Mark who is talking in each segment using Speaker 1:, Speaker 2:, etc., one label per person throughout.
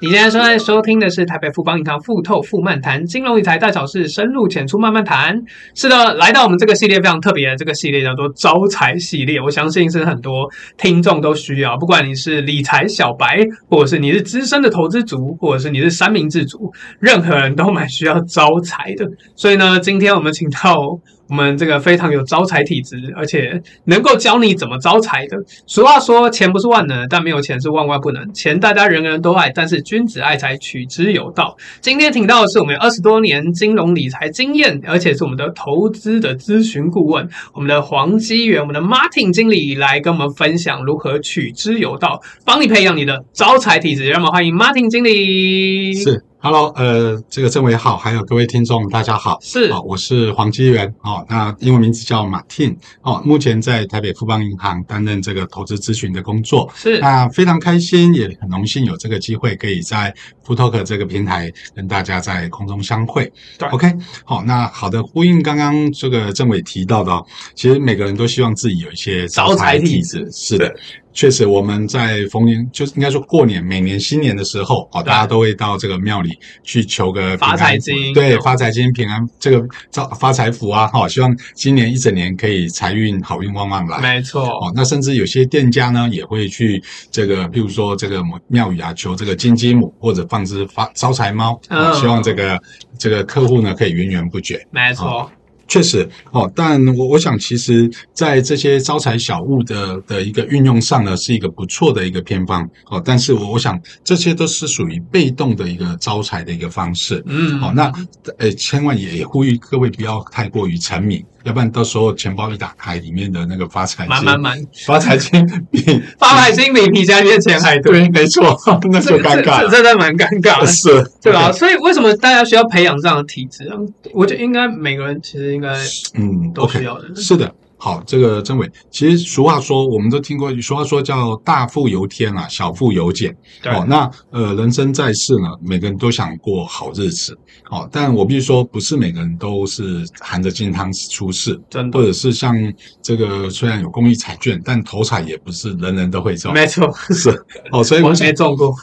Speaker 1: 你现在正在收听的是台北富邦银行富透富漫谈金融理财大小事，深入浅出慢慢谈。是的，来到我们这个系列非常特别的这个系列叫做招财系列，我相信是很多听众都需要，不管你是理财小白，或者是你是资深的投资族，或者是你是三明治族，任何人都蛮需要招财的。 所以呢，今天我们请到。我们这个非常有招财体质，而且能够教你怎么招财的。俗话说，钱不是万能，但没有钱是万万不能。钱大家人人都爱，但是君子爱财，取之有道。今天请到的是我们二十多年金融理财经验，而且是我们的投资的咨询顾问，我们的黄基源，我们的 Martin 经理来跟我们分享如何取之有道，帮你培养你的招财体质。让我们欢迎 Martin 经理。
Speaker 2: 是，Hello，呃，这个政委好，还有各位听众，大家好，哦
Speaker 1: 是
Speaker 2: 好、我是黄基源，哦，那英文名字叫 Martin，哦，目前在台北富邦银行担任这个投资咨询的工作，
Speaker 1: 是
Speaker 2: 那非常开心，也很荣幸有这个机会可以在 f o t o k 这个平台跟大家在空中相会
Speaker 1: 对。
Speaker 2: OK，好、那好的，呼应刚刚这个政委提到的哦，其实每个人都希望自己有一些
Speaker 1: 招财体
Speaker 2: 体
Speaker 1: 质
Speaker 2: 质，是的。确实，我们在逢年，就是应该说过年，每年新年的时候，哦，
Speaker 1: 对
Speaker 2: 大家都会到这个庙里去求个平
Speaker 1: 发
Speaker 2: 安
Speaker 1: 财
Speaker 2: 符
Speaker 1: 金
Speaker 2: 对，发财金平安这个招发财福啊，哈、希望今年一整年可以财运好运旺旺来。
Speaker 1: 没错
Speaker 2: 哦，，那甚至有些店家呢，也会去这个，譬如说这个庙宇啊，求这个金鸡母或者放只发招财猫、
Speaker 1: 嗯
Speaker 2: 哦，希望这个这个客户呢可以源源不绝。
Speaker 1: 没错，
Speaker 2: 确实哦，但我我想，其实，在这些招财小物的的一个运用上呢，是一个不错的一个偏方哦。但是我我想，这些都是属于被动的一个招财的一个方式。
Speaker 1: 嗯，
Speaker 2: 哦，那呃，千万也也呼吁各位不要太过于沉迷，要不然到时候钱包一打开，里面的那个发财金，
Speaker 1: 满满满。
Speaker 2: 发财金比
Speaker 1: 发海金比皮夹里的钱 还多，
Speaker 2: 对，没错，那
Speaker 1: 这
Speaker 2: 就尴尬
Speaker 1: 这
Speaker 2: 了，
Speaker 1: 这真的蛮尴尬的，
Speaker 2: 是，
Speaker 1: 对啊吧？？所以为什么大家需要培养这样的体质啊？我觉得应该每个人其实应该
Speaker 2: 嗯
Speaker 1: 都
Speaker 2: ，OK，
Speaker 1: 需要的。
Speaker 2: 是的，好，这个真伟，其实俗话说，我们都听过，俗话说叫“大富由天”啊，小富由俭。
Speaker 1: 对，
Speaker 2: 哦，那呃，人生在世呢，每个人都想过好日子。哦，但我必须说，不是每个人都是含着金汤匙出世，
Speaker 1: 真
Speaker 2: 或
Speaker 1: 的
Speaker 2: 者是像这个虽然有公益彩券，但头彩也不是人人都会中。
Speaker 1: 没错，
Speaker 2: 是哦，所以
Speaker 1: 我
Speaker 2: 我
Speaker 1: 没
Speaker 2: 想，
Speaker 1: 中 过。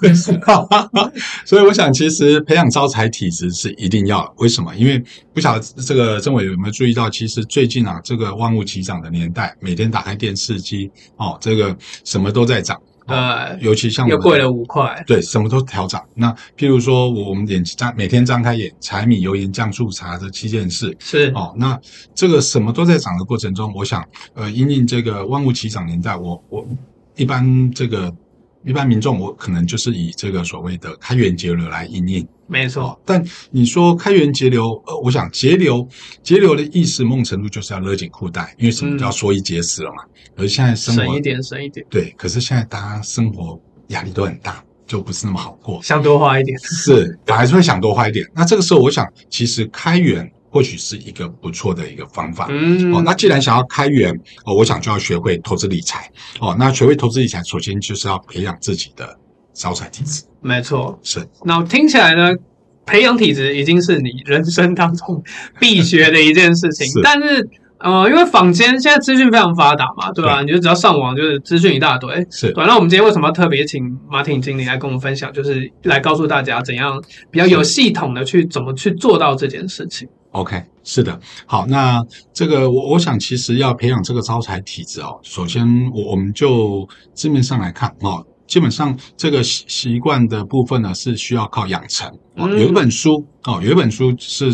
Speaker 2: 所以我想，其实培养招财体质是一定要的。为什么？因为不晓得这个政委有没有注意到，其实最近啊，这个万物齐涨的年代，每天打开电视机哦，这个什么都在涨，
Speaker 1: 呃，
Speaker 2: 尤其像我
Speaker 1: 又
Speaker 2: 们
Speaker 1: 贵了五块，
Speaker 2: 对，什么都调涨。那譬如说，我们眼睛张每天张开眼，柴米油盐酱醋茶这七件事，
Speaker 1: 是
Speaker 2: 哦，那这个什么都在涨的过程中，我想，呃，因应这个万物齐涨年代，我我一般这个一般民众，我可能就是以这个所谓的开源节流来应应。
Speaker 1: 没
Speaker 2: 哦
Speaker 1: 错，，
Speaker 2: 但你说开源节流，呃，我想节流节流的意思，某种程度就是要勒紧裤带，因为什么叫缩衣节食了嘛。而现在生
Speaker 1: 嗯省
Speaker 2: 活
Speaker 1: 一点，省一点，
Speaker 2: 对，可是现在大家生活压力都很大，就不是那么好过。
Speaker 1: 想多花一点，
Speaker 2: 是，反而是会想多花一点。那这个时候，我想其实开源或许是一个不错的一个方法。
Speaker 1: 嗯
Speaker 2: 哦，那既然想要开源，哦，我想就要学会投资理财。哦，那学会投资理财，首先就是要培养自己的招财体质。
Speaker 1: 没错。
Speaker 2: 是，
Speaker 1: 那听起来呢，培养体质已经是你人生当中必学的一件事情。
Speaker 2: 是
Speaker 1: 但是，呃，因为坊间现在资讯非常发达嘛，对吧？
Speaker 2: 对
Speaker 1: 你就只要上网，就是资讯一大堆。
Speaker 2: 是
Speaker 1: 对，那我们今天为什么要特别请马挺经理来跟我们分享，就是来告诉大家怎样比较有系统的去怎么去做到这件事情？
Speaker 2: OK，是的，好，那这个我我想其实要培养这个招财体质哦，首先我我们就字面上来看哦，基本上这个习习惯的部分呢是需要靠养成哦。
Speaker 1: 嗯
Speaker 2: 有一本书哦，有一本书是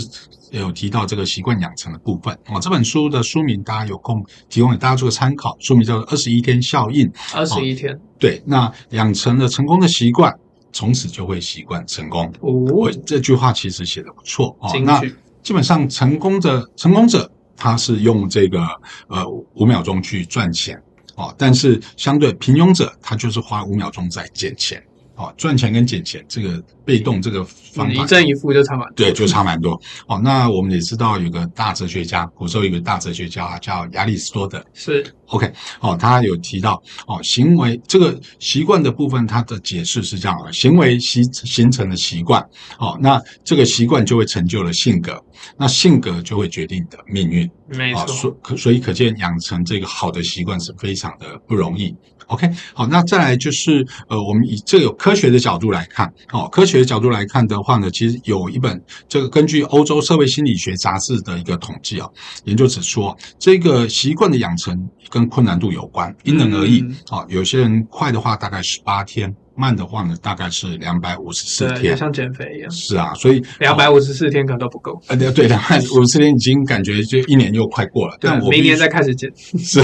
Speaker 2: 有提到这个习惯养成的部分哦，这本书的书名大家有空提供给大家做个参考，书名叫做《二十一天效应》。
Speaker 1: 二十一天，
Speaker 2: 对，那养成了成功的习惯，从此就会习惯成功。
Speaker 1: 哦
Speaker 2: 我，这句话其实写的不错哦，
Speaker 1: 进
Speaker 2: 那。
Speaker 1: 去，嗯
Speaker 2: 基本上成功的成功者，他是用这个呃五秒啊钟去赚钱哦，但是相对平庸者，他就是花五秒钟在捡钱哦，赚钱跟捡钱这个被动这个方
Speaker 1: 嗯
Speaker 2: 法，
Speaker 1: 一正一负就差蛮多
Speaker 2: 对，就差蛮多。哦，那我们也知道有个大哲学家，古时候有个大哲学家啊叫亚里士多德。
Speaker 1: 是
Speaker 2: OK，哦，他有提到哦，行为这个习惯的部分，它的解释是这样的：行为习形成了习惯，哦，那这个习惯就会成就了性格，那性格就会决定你的命运。
Speaker 1: 没
Speaker 2: 啊，
Speaker 1: 错，
Speaker 2: 所可所以可见养成这个好的习惯是非常的不容易。OK，好，那再来就是呃，我们以这个科学的角度来看，哦，科学的角度来看的话呢，其实有一本这个根据欧洲社会心理学杂志的一个统计啊、研究指出，哦，这个习惯的养成跟困难度有关，因人而异
Speaker 1: 嗯。
Speaker 2: 哦，有些人快的话大概十八天，慢的话呢大概是两百五十四
Speaker 1: 对，就
Speaker 2: 天。
Speaker 1: 像减肥一样，
Speaker 2: 是啊，所以
Speaker 1: 两百五十四天可能都不够，
Speaker 2: 呃，对，两百五十天已经感觉就一年又快过了。
Speaker 1: 对
Speaker 2: 但，我
Speaker 1: 明
Speaker 2: 必须
Speaker 1: 年再开始减，
Speaker 2: 是，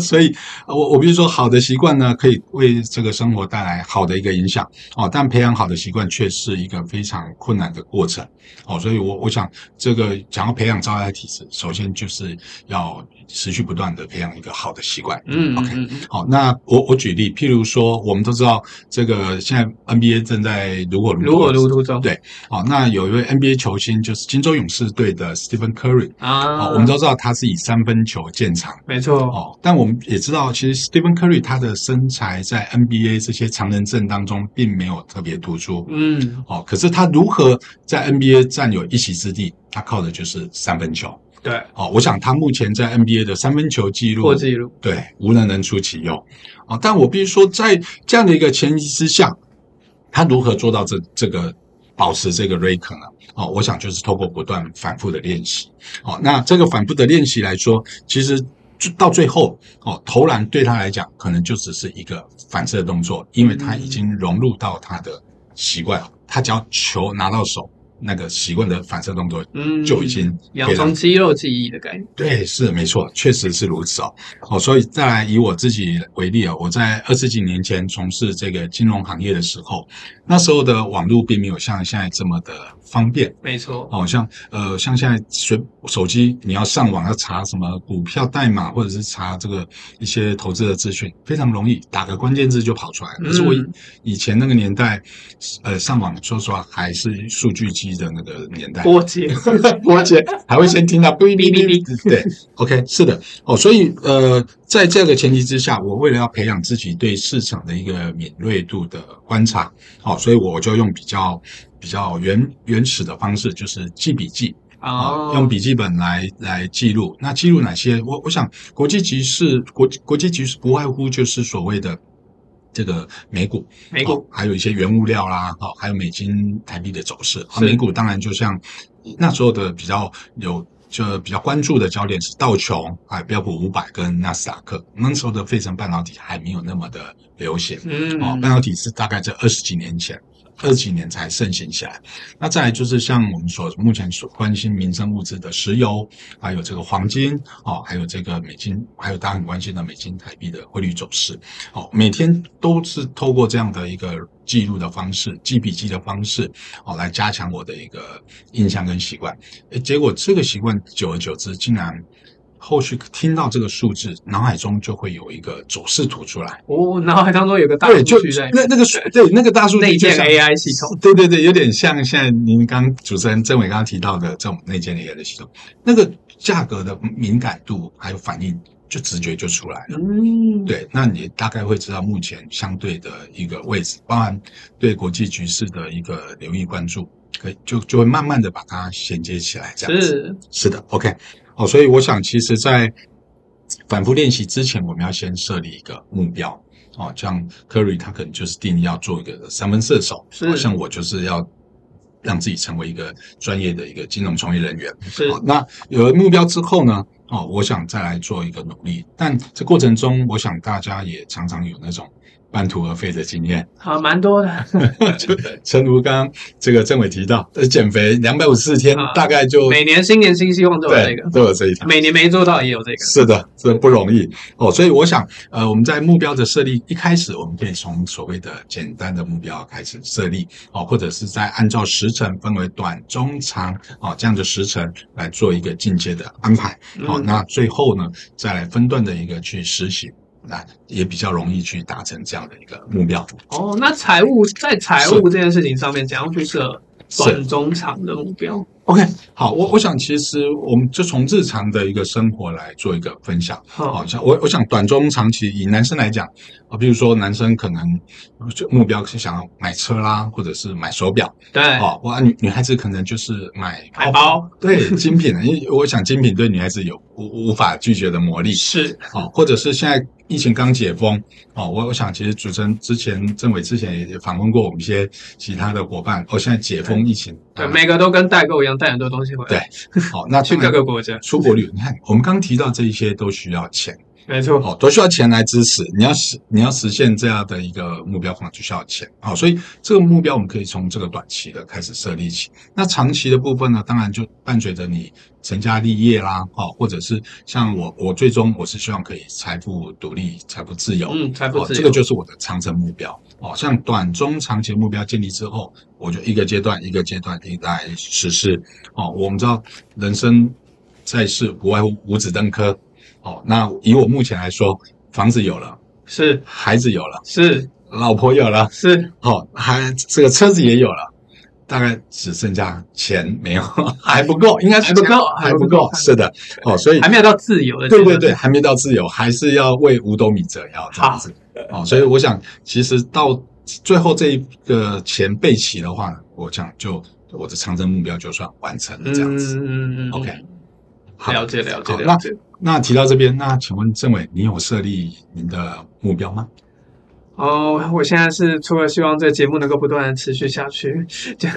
Speaker 2: 所以呃我我必须说，好的习惯呢，可以为这个生活带来好的一个影响哦。但培养好的习惯却是一个非常困难的过程哦。所以我我想，这个想要培养招来体质，首先就是要持续不断的培养一个好的习惯。
Speaker 1: 嗯嗯
Speaker 2: OK
Speaker 1: 嗯嗯，
Speaker 2: 好，那我我举例，譬如说，我们都知道这个现在 NBA 正在如火如荼，
Speaker 1: 如火如荼中，
Speaker 2: 对哦，那有一位 NBA 球星就是金州勇士队的 Stephen Curry
Speaker 1: 啊，
Speaker 2: 哦，我们都知道他是以三分球见长。
Speaker 1: 没错，
Speaker 2: 哦，但我们也知道，其实 Stephen Curry 他的身材在 NBA 这些常人阵当中并没有特别突出。
Speaker 1: 嗯，
Speaker 2: 哦，可是他如何在 NBA 占有一席之地？他靠的就是三分球。
Speaker 1: 对，
Speaker 2: 哦，我想他目前在 NBA 的三分球记录
Speaker 1: 破，纪录，
Speaker 2: 对，无人能出其右。哦，但我必须说，在这样的一个前提之下，他如何做到这这个保持这个 rank 呢？哦，我想就是透过不断反复的练习。哦，那这个反复的练习来说，其实就到最后，哦，投篮对他来讲可能就只是一个反射动作，因为他已经融入到他的习惯了，他只要球拿到手，那个习惯的反射动作
Speaker 1: 嗯，
Speaker 2: 就已经
Speaker 1: 养
Speaker 2: 非常
Speaker 1: 成肌肉记忆的概念，
Speaker 2: 对，是没错，确实是如此哦。哦，所以再来以我自己为例哦，我在二十几年前从事这个金融行业的时候，那时候的网络并没有像现在这么的方便
Speaker 1: 没错，
Speaker 2: 哦，像呃，像现在随手机你要上网要查什么股票代码，或者是查这个一些投资的资讯，非常容易，打个关键字就跑出来。可是我以
Speaker 1: 嗯
Speaker 2: 以前那个年代，呃，上网说实话还是数据机的那个年代，
Speaker 1: 波姐，
Speaker 2: 波姐还会先听到哔哔哔哔，对，OK，是的，哦，所以呃，在这个前提之下，我为了要培养自己对市场的一个敏锐度的观察，哦，所以我就用比较比较原原始的方式，就是记笔记，啊
Speaker 1: 哦，，
Speaker 2: 用笔记本来来记录。那记录哪些？我我想国际局势，国国际局势不外乎就是所谓的这个美股，
Speaker 1: 美
Speaker 2: 哦
Speaker 1: 股，
Speaker 2: 还有一些原物料啦，哦，还有美金、台币的走势。啊，
Speaker 1: 是
Speaker 2: 美股当然就像那时候的比较有。就比较关注的焦点是道琼啊、标普五百跟纳斯达克。那时候的费城半导体还没有那么的流行，
Speaker 1: 嗯，
Speaker 2: 哦，半导体是大概在二十几年前，二十几年才盛行起来。那再来就是像我们所目前所关心民生物资的石油，还有这个黄金，哦，还有这个美金，还有大家很关心的美金、台币的汇率走势，哦，每天都是透过这样的一个记录的方式、记笔记的方式，哦，来加强我的一个印象跟习惯。诶结果这个习惯久而久之，竟然。后续听到这个数字，脑海中就会有一个走势图出来。
Speaker 1: 哦，脑海当中有个大
Speaker 2: 对，
Speaker 1: 数
Speaker 2: 就
Speaker 1: 据在，
Speaker 2: 那那个数对那个大数据
Speaker 1: 内
Speaker 2: 就
Speaker 1: 建
Speaker 2: 像
Speaker 1: AI 系统，
Speaker 2: 对对对，有点像现在您刚主持人郑伟刚刚提到的这种内建 AI 的系统，那个价格的敏感度还有反应，就直觉就出来了。
Speaker 1: 嗯，，
Speaker 2: 对，那你大概会知道目前相对的一个位置，包含对国际局势的一个留意关注，可以就就会慢慢的把它衔接起来，这样子。
Speaker 1: 是，
Speaker 2: 是的，OK，哦，所以我想，其实，在反复练习之前，我们要先设立一个目标。哦，像 Curry 他可能就是定义要做一个三分射手，
Speaker 1: 是
Speaker 2: 好、像我就是要让自己成为一个专业的一个金融从业人员。
Speaker 1: 是
Speaker 2: 好，那有了目标之后呢？哦，我想再来做一个努力，但这过程中，我想大家也常常有那种半途而废的经验。
Speaker 1: 好，蛮多的，
Speaker 2: 就诚如刚刚这个政委提到，呃，减肥两百五十四天，
Speaker 1: 啊
Speaker 2: 大概就
Speaker 1: 每年新年新希望都有这
Speaker 2: 对
Speaker 1: 个，
Speaker 2: 都有这一条。
Speaker 1: 每年没做到也有这个，
Speaker 2: 是的，这不容易哦。所以我想，呃，我们在目标的设立一开始，我们可以从所谓的简单的目标开始设立哦，或者是在按照时程分为短、中、长哦这样的时程来做一个进阶的安排。好、
Speaker 1: 嗯
Speaker 2: 哦，那最后呢，再来分段的一个去实行。那也比较容易去达成这样的一个目标。
Speaker 1: 哦，那财务在财务这件事情上面，怎样去设
Speaker 2: 是
Speaker 1: 短中长的目标？
Speaker 2: OK，好，我我想其实我们就从日常的一个生活来做一个分享。
Speaker 1: 好，
Speaker 2: 好像我我想短中长期以男生来讲啊，比如说男生可能就目标是想要买车啦，或者是买手表
Speaker 1: 对，
Speaker 2: 哦，哇，女女孩子可能就是买
Speaker 1: 哎买包
Speaker 2: 对精品，因为我想精品对女孩子有无无法拒绝的魔力
Speaker 1: 是
Speaker 2: 哦，或者是现在疫情刚解封哦，我我想其实主持人之前政委之前也访问过我们一些其他的伙伴，哦，现在解封疫情，
Speaker 1: 对，每个都跟代购一样，带很多东西回来，
Speaker 2: 好、哦，那
Speaker 1: 去
Speaker 2: 当然
Speaker 1: 各个国家，
Speaker 2: 出国旅游，你看我们刚提到这一些都需要钱。
Speaker 1: 没错，
Speaker 2: 哦，都需要钱来支持。你要实你要实现这样的一个目标，可能就需要钱。好、所以这个目标我们可以从这个短期的开始设立起。那长期的部分呢，当然就伴随着你成家立业啦，哦，或者是像我，我最终我是希望可以财富独立、财富自由。
Speaker 1: 嗯，财富
Speaker 2: 哦，
Speaker 1: 自由，
Speaker 2: 这个就是我的长程目标。哦，像短、中、长期的目标建立之后，我就一个阶段一个阶段一来实施。哦，我们知道人生在世不外乎五子登科。哦，那以我目前来说，房子有了，
Speaker 1: 是
Speaker 2: 孩子有了，
Speaker 1: 是
Speaker 2: 老婆有了，
Speaker 1: 是，
Speaker 2: 哦，还这个车子也有了。大概只剩下钱没有， 还不够，应该是
Speaker 1: 还不够
Speaker 2: 还
Speaker 1: 还不
Speaker 2: 不
Speaker 1: 够
Speaker 2: 够，是的，哦，所以
Speaker 1: 还没有到自由的阶
Speaker 2: 对
Speaker 1: 段，
Speaker 2: 对对，还没到自由，还是要为五斗米折腰这样子。哦，所以我想，其实到最后这一个钱备齐的话，我想就我的长征目标就算完成了
Speaker 1: 嗯，
Speaker 2: 这样子。
Speaker 1: 嗯嗯嗯嗯
Speaker 2: OK 好，
Speaker 1: 了解了解
Speaker 2: 好
Speaker 1: 了解。
Speaker 2: 那提到这边，那请问政委，你有设立您的目标 吗？
Speaker 1: 哦，我现在是除了希望这个节目能够不断的持续下去这样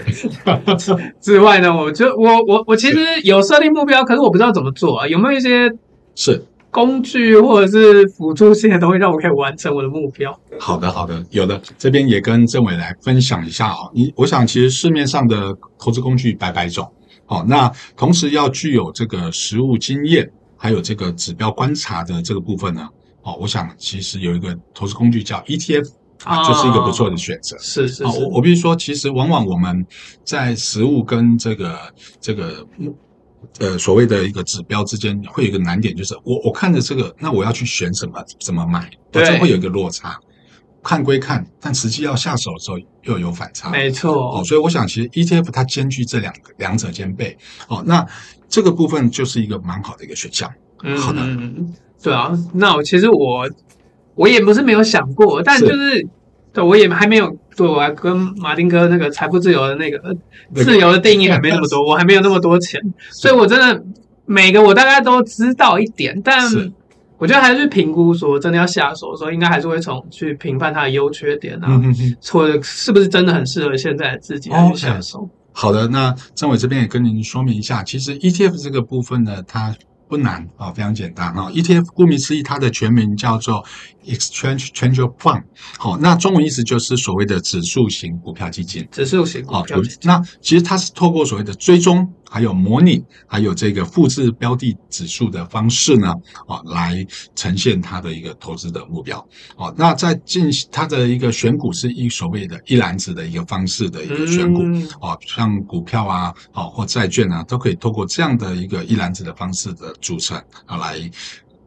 Speaker 1: 子之外呢，我就我我我其实有设定目标，可是我不知道怎么做啊，有没有一些
Speaker 2: 是，
Speaker 1: 工具或者是辅助性的东西让我可以完成我的目标？
Speaker 2: 好的，好的，有的，这边也跟政委来分享一下哦。你，我想其实市面上的投资工具百百种，哦，那同时要具有这个实务经验，还有这个指标观察的这个部分呢，哦，我想其实有一个投资工具叫 ETF
Speaker 1: 哦
Speaker 2: 啊，就是一个不错的选择。
Speaker 1: 是是
Speaker 2: 啊，
Speaker 1: 是
Speaker 2: 我，我必须说，其实往往我们在实物跟这个这个呃所谓的一个指标之间，会有一个难点，就是我我看着这个，那我要去选什么怎么买，我
Speaker 1: 对
Speaker 2: 这会有一个落差。看归看，但实际要下手的时候又有反差。
Speaker 1: 没错
Speaker 2: 哦，，所以我想，其实 ETF 它兼具这两个两者兼备。哦，那这个部分就是一个蛮好的一个选项。
Speaker 1: 嗯
Speaker 2: 好的
Speaker 1: 嗯嗯对啊。那我其实我我也不是没有想过，但
Speaker 2: 是
Speaker 1: 就是对我也还没有。对，我还跟马丁哥那个财富自由的那个
Speaker 2: 那个
Speaker 1: 自由的定义还没那么多，我还没有那么多钱，所以我真的每个我大概都知道一点，但
Speaker 2: 是
Speaker 1: 我觉得还是评估说真的要下手的时候，应该还是会从去评判它的优缺点啊，
Speaker 2: 嗯嗯嗯。
Speaker 1: 或者是不是真的很适合现在的自己来去下手。
Speaker 2: 好的，那政委这边也跟您说明一下，其实 ETF 这个部分呢，它不难啊、非常简单啊、ETF 顾名思义，它的全名叫做 Exchange Traded Fund，好、那中文意思就是所谓的指数型股票基金。
Speaker 1: 指数型股
Speaker 2: 好、
Speaker 1: 票，
Speaker 2: 那其实它是透过所谓的追踪、还有模拟、还有这个复制标的指数的方式呢，哦，来呈现它的一个投资的目标。哦，那在进行它的一个选股是以所谓的一篮子的一个方式的一个选股。
Speaker 1: 嗯
Speaker 2: 哦，像股票啊，哦或债券啊，都可以透过这样的一个一篮子的方式的组成啊来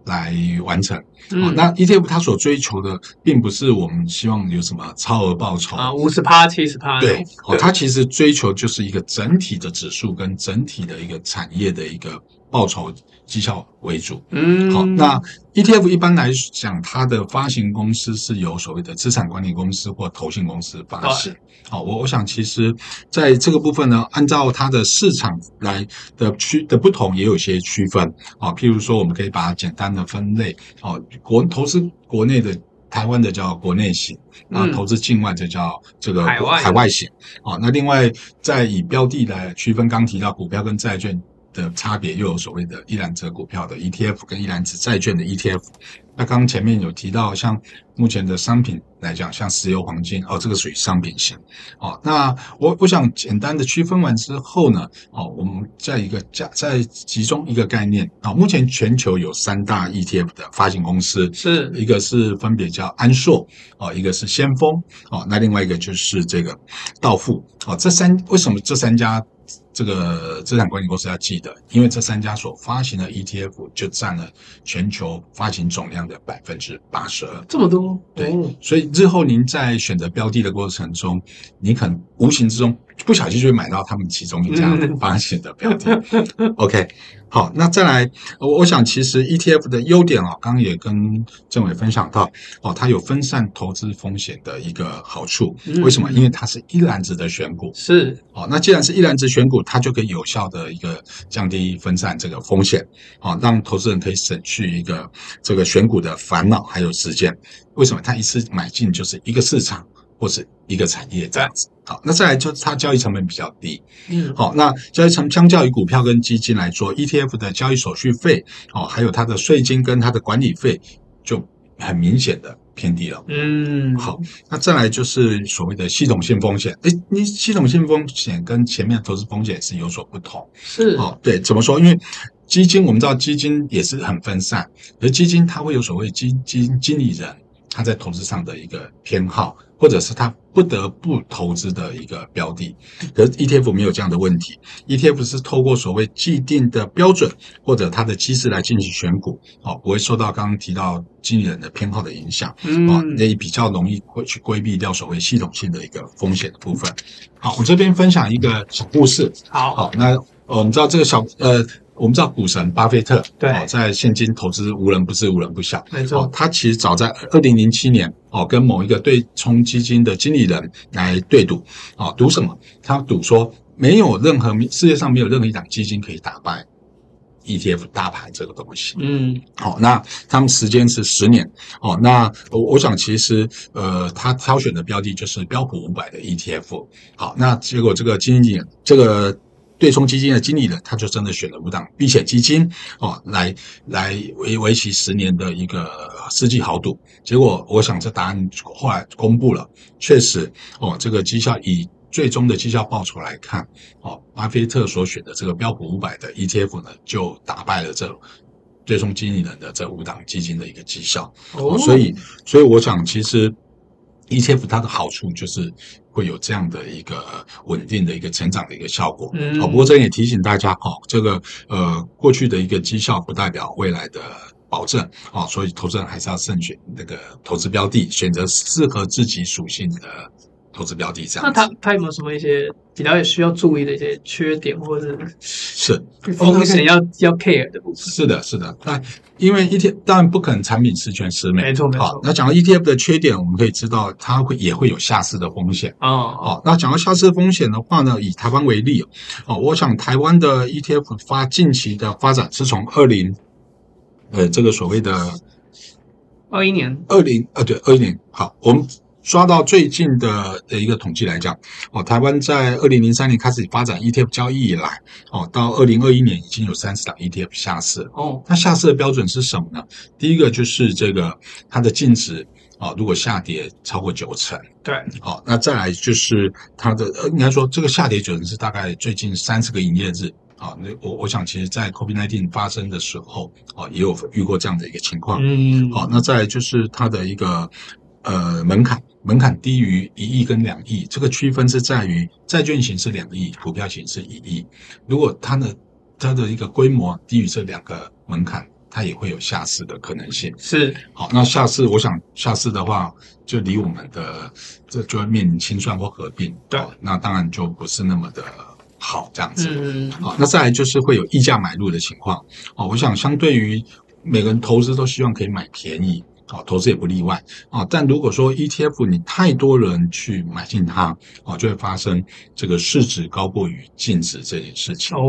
Speaker 2: 来完成。哦
Speaker 1: 嗯，，
Speaker 2: 那 ETF 它所追求的，并不是我们希望有什么超额报酬
Speaker 1: 啊，五十趴、七十趴，
Speaker 2: 对，哦，它其实追求就是一个整体的指数跟整体的一个产业的一个报酬绩效为主。
Speaker 1: 嗯，
Speaker 2: 好，那 ETF 一般来讲，它的发行公司是由所谓的资产管理公司或投信公司发行。好，我我想其实在这个部分呢，按照它的市场来的区的不同，也有一些区分。好，譬如说，我们可以把它简单的分类。好，国投资国内的。台湾的叫国内型，那
Speaker 1: 嗯
Speaker 2: 投资境外就叫这个
Speaker 1: 海外
Speaker 2: 海外型。好，那另外再以标的来区分，刚提到股票跟债券的差别，又有所谓的一篮子股票的 ETF 跟一篮子债券的 ETF。那刚刚前面有提到，像目前的商品来讲，像石油、黄金，哦，这个属于商品型。哦，那我我想简单的区分完之后呢，哦，我们在一个加再集中一个概念啊、哦，目前全球有三大 ETF 的发行公司，
Speaker 1: 是
Speaker 2: 一个是分别叫安硕哦，一个是先锋哦，那另外一个就是这个道富哦。这三为什么这三家这个资产管理公司要记得，因为这三家所发行的 ETF 就占了全球发行总量的百分之八十二。
Speaker 1: 这么多，
Speaker 2: 对
Speaker 1: 哦
Speaker 2: 所以日后您在选择标的的过程中，你可能无形之中不小心就会买到他们其中一家
Speaker 1: 嗯
Speaker 2: 发行的标 的。OK，好，那再来，呃我我想其实 ETF 的优点哦，刚刚也跟政委分享到哦，它有分散投资风险的一个好处。
Speaker 1: 嗯
Speaker 2: 为什么？因为它是一篮子的选股
Speaker 1: 是
Speaker 2: 哦。那既然是一篮子选股，它就可以有效的一个降低分散这个风险哦，让投资人可以省去一个这个选股的烦恼还有时间。为什么？它一次买进就是一个市场或是一个产业这样子。好，那再来就是它交易成本比较低。
Speaker 1: 嗯，
Speaker 2: 好、那交易成相较于股票跟基金来说，ETF 的交易手续费哦，还有它的税金跟它的管理费就很明显的偏低了。
Speaker 1: 嗯，
Speaker 2: 好，那再来就是所谓的系统性风险。诶，你系统性风险跟前面的投资风险是有所不同。
Speaker 1: 是
Speaker 2: 哦，对，怎么说？因为基金我们知道基金也是很分散，而基金它会有所谓基金经理人他在投资上的一个偏好，或者是他不得不投资的一个标的。可是 ETF 没有这样的问题，ETF 是透过所谓既定的标准或者它的机制来进行选股，哦，不会受到刚刚提到经理人的偏好的影响。哦，
Speaker 1: 嗯，
Speaker 2: 那也比较容易会去规避掉所谓系统性的一个风险的部分。好，我这边分享一个小故事，
Speaker 1: 好，
Speaker 2: 好，那呃我们知道这个小呃，我们知道股神巴菲特
Speaker 1: 对
Speaker 2: 哦在现金投资无人不知无人不晓。
Speaker 1: 没
Speaker 2: 哦
Speaker 1: 错，，
Speaker 2: 他其实早在二零零七年哦，跟某一个对冲基金的经理人来对赌哦，赌什么？他赌说没有任何世界上没有任何一档基金可以打败 ETF 大盘这个东西。
Speaker 1: 嗯，
Speaker 2: 好、那他们时间是十年。哦，那我我想其实呃，他挑选的标的就是标普五百的 ETF。好，那结果这个经理人这个。对冲基金的经理人，他就真的选了五档避险基金哦，来来为为期十年的一个世纪豪赌。结果，我想这答案后来公布了，确实哦，这个绩效以最终的绩效报酬来看，哦，巴菲特所选的这个标普五百的 ETF 呢，就打败了这对冲经理人的这五档基金的一个绩效。
Speaker 1: 哦，
Speaker 2: 所以，所以我想，其实 ETF 它的好处就是会有这样的一个稳定的一个成长的一个效果。
Speaker 1: 嗯
Speaker 2: 哦，不过这也提醒大家哦，这个呃过去的一个绩效不代表未来的。保证哦，所以投资人还是要慎选那个投资标的，选择适合自己属性的投资标的。这
Speaker 1: 那
Speaker 2: 样
Speaker 1: 他
Speaker 2: 子
Speaker 1: 他有没有什么一些比较也需要注意的一些缺点，或者
Speaker 2: 是
Speaker 1: 是风险要要 care 的部分？
Speaker 2: 是的，是的。那因为 ETF 当然不可能产品十全十美，
Speaker 1: 没错没错
Speaker 2: 好，那讲到 ETF 的缺点，我们可以知道它会也会有下市的风险。
Speaker 1: 哦，
Speaker 2: 哦，那讲到下市风险的话呢，以台湾为例，哦，我想台湾的 ETF 发近期的发展是从二零，呃，这个所谓的
Speaker 1: 二一年，
Speaker 2: 二零呃，对，二一年。好，我们抓到最近的的一个统计来讲，哦，台湾在二零零三年开始发展 ETF 交易以来，哦，到二零二一年已经有三十档 ETF 下市了。
Speaker 1: 哦，
Speaker 2: 那下市的标准是什么呢？第一个就是这个它的净值哦，如果下跌超过九成，
Speaker 1: 对，
Speaker 2: 哦，那再来就是它的，呃应该说这个下跌九成是大概最近三十个营业日。啊，那我我想，其实，在 COVID-19 发生的时候，哦，也有遇过这样的一个情况。
Speaker 1: 嗯，
Speaker 2: 好、那再来就是它的一个呃门槛，门槛低于一亿跟两亿，这个区分是在于债券型是两亿，股票型是一亿。如果它的它的一个规模低于这两个门槛，它也会有下市的可能性。
Speaker 1: 是，
Speaker 2: 好，那下市我想下市的话，就离我们的这就会面临清算或合并。
Speaker 1: 对
Speaker 2: 哦那当然就不是那么的好这样子。
Speaker 1: 嗯，
Speaker 2: 好，啊那再来就是会有溢价买入的情况。哦，我想相对于每个人投资都希望可以买便宜，哦，投资也不例外哦。但如果说 ETF 你太多人去买进它，哦，就会发生这个市值高过于净值这件事情。
Speaker 1: 哦，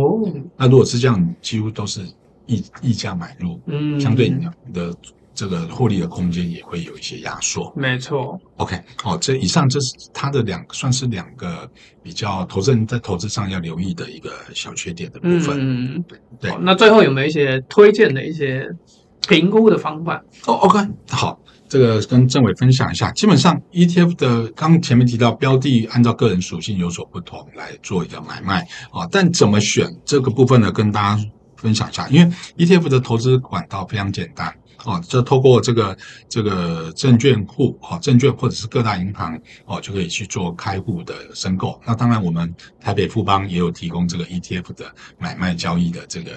Speaker 2: 那如果是这样，你几乎都是溢溢价买入，
Speaker 1: 嗯，
Speaker 2: 相对你的你的这个获利的空间也会有一些压缩。
Speaker 1: 没错，
Speaker 2: OK，好、这以上这是它的两算是两个比较投资人在投资上要留意的一个小缺点的部分。
Speaker 1: 嗯，嗯
Speaker 2: 对
Speaker 1: 好那最后有没有一些推荐的一些评估的方法？
Speaker 2: 哦，OK，好，这个跟政委分享一下。基本上 ETF 的刚前面提到标的按照个人属性有所不同来做一个买卖啊、但怎么 E 选这个部分呢，跟大家分享一下，因为 ETF 的投资管道非常简单。哦，这透过这个这个证券户哦，证券或者是各大银行哦，就可以去做开户的申购。那当然，我们台北富邦也有提供这个 ETF 的买卖交易的这个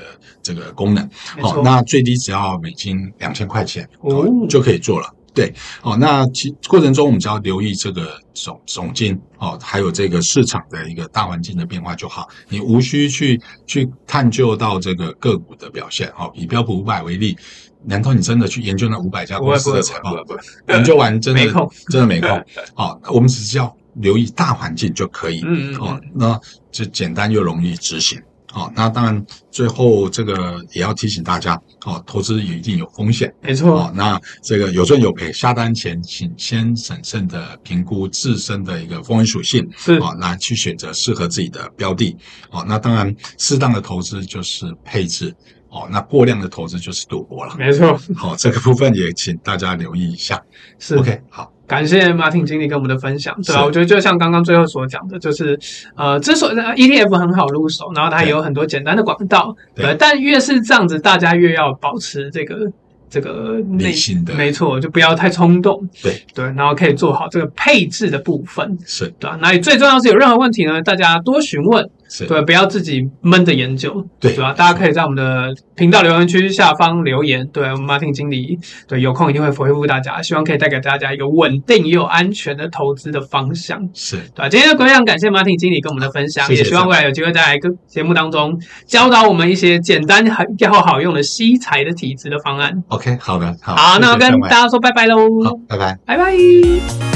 Speaker 2: 这个功能。
Speaker 1: 没
Speaker 2: 哦
Speaker 1: 错，
Speaker 2: 那最低只要美金两千块钱哦
Speaker 1: 哦
Speaker 2: 就可以做了。对，哦，那其过程中我们只要留意这个总总金哦，还有这个市场的一个大环境的变化就好，你无需去去探究到这个个股的表现哦。以标普五百为例，难道你真的去研究那五百家
Speaker 1: 不会
Speaker 2: 公
Speaker 1: 不
Speaker 2: 司
Speaker 1: 会
Speaker 2: 的
Speaker 1: 不
Speaker 2: 财
Speaker 1: 会
Speaker 2: 报
Speaker 1: 不？会不会，
Speaker 2: 研究完真的
Speaker 1: 没空
Speaker 2: 真的没空。好、啊那我们只需要留意大环境就可以。
Speaker 1: 嗯嗯嗯
Speaker 2: 哦，那就简单又容易执行。好、那当然最后这个也要提醒大家，哦，投资也一定有风险。
Speaker 1: 没错
Speaker 2: 哦，，那这个有赚有赔，下单前请先审慎的评估自身的一个风险属性，
Speaker 1: 是
Speaker 2: 哦，来去选择适合自己的标的。哦，那当然适当的投资就是配置。哦，那过量的投资就是赌博了。
Speaker 1: 没错，
Speaker 2: 好、这个部分也请大家留意一下。
Speaker 1: 是
Speaker 2: OK，好，
Speaker 1: 感谢马挺经理跟我们的分享，对吧、
Speaker 2: 是
Speaker 1: 我觉得就像刚刚最后所讲的，就是呃，之所以呃 ETF 很好入手，然后它也有很多简单的管道，
Speaker 2: 对
Speaker 1: 但越是这样子，大家越要保持这个这个内
Speaker 2: 理性的
Speaker 1: 没错，就不要太冲动，
Speaker 2: 对
Speaker 1: 对，然后可以做好这个配置的部分，
Speaker 2: 是
Speaker 1: 对啊吧、那也最重要是有任何问题呢，大家多询问，
Speaker 2: 是，
Speaker 1: 对，不要自己闷着研究，
Speaker 2: 对
Speaker 1: 吧、大家可以在我们的频道留言区下方留言，对我们 Martin 经理，对，有空一定会回复大家，希望可以带给大家一个稳定又安全的投资的方向。
Speaker 2: 是，
Speaker 1: 对吧、今天就非常感谢 Martin 经理跟我们的分享，
Speaker 2: 谢谢
Speaker 1: 也希望未来有机会在个节目当中教导我们一些简单又好用的吸财的体质的方案。
Speaker 2: OK，好的，好，
Speaker 1: 好，那我
Speaker 2: 谢谢
Speaker 1: 跟
Speaker 2: 各位
Speaker 1: 大家说拜拜喽，
Speaker 2: 好，拜拜。
Speaker 1: 拜拜。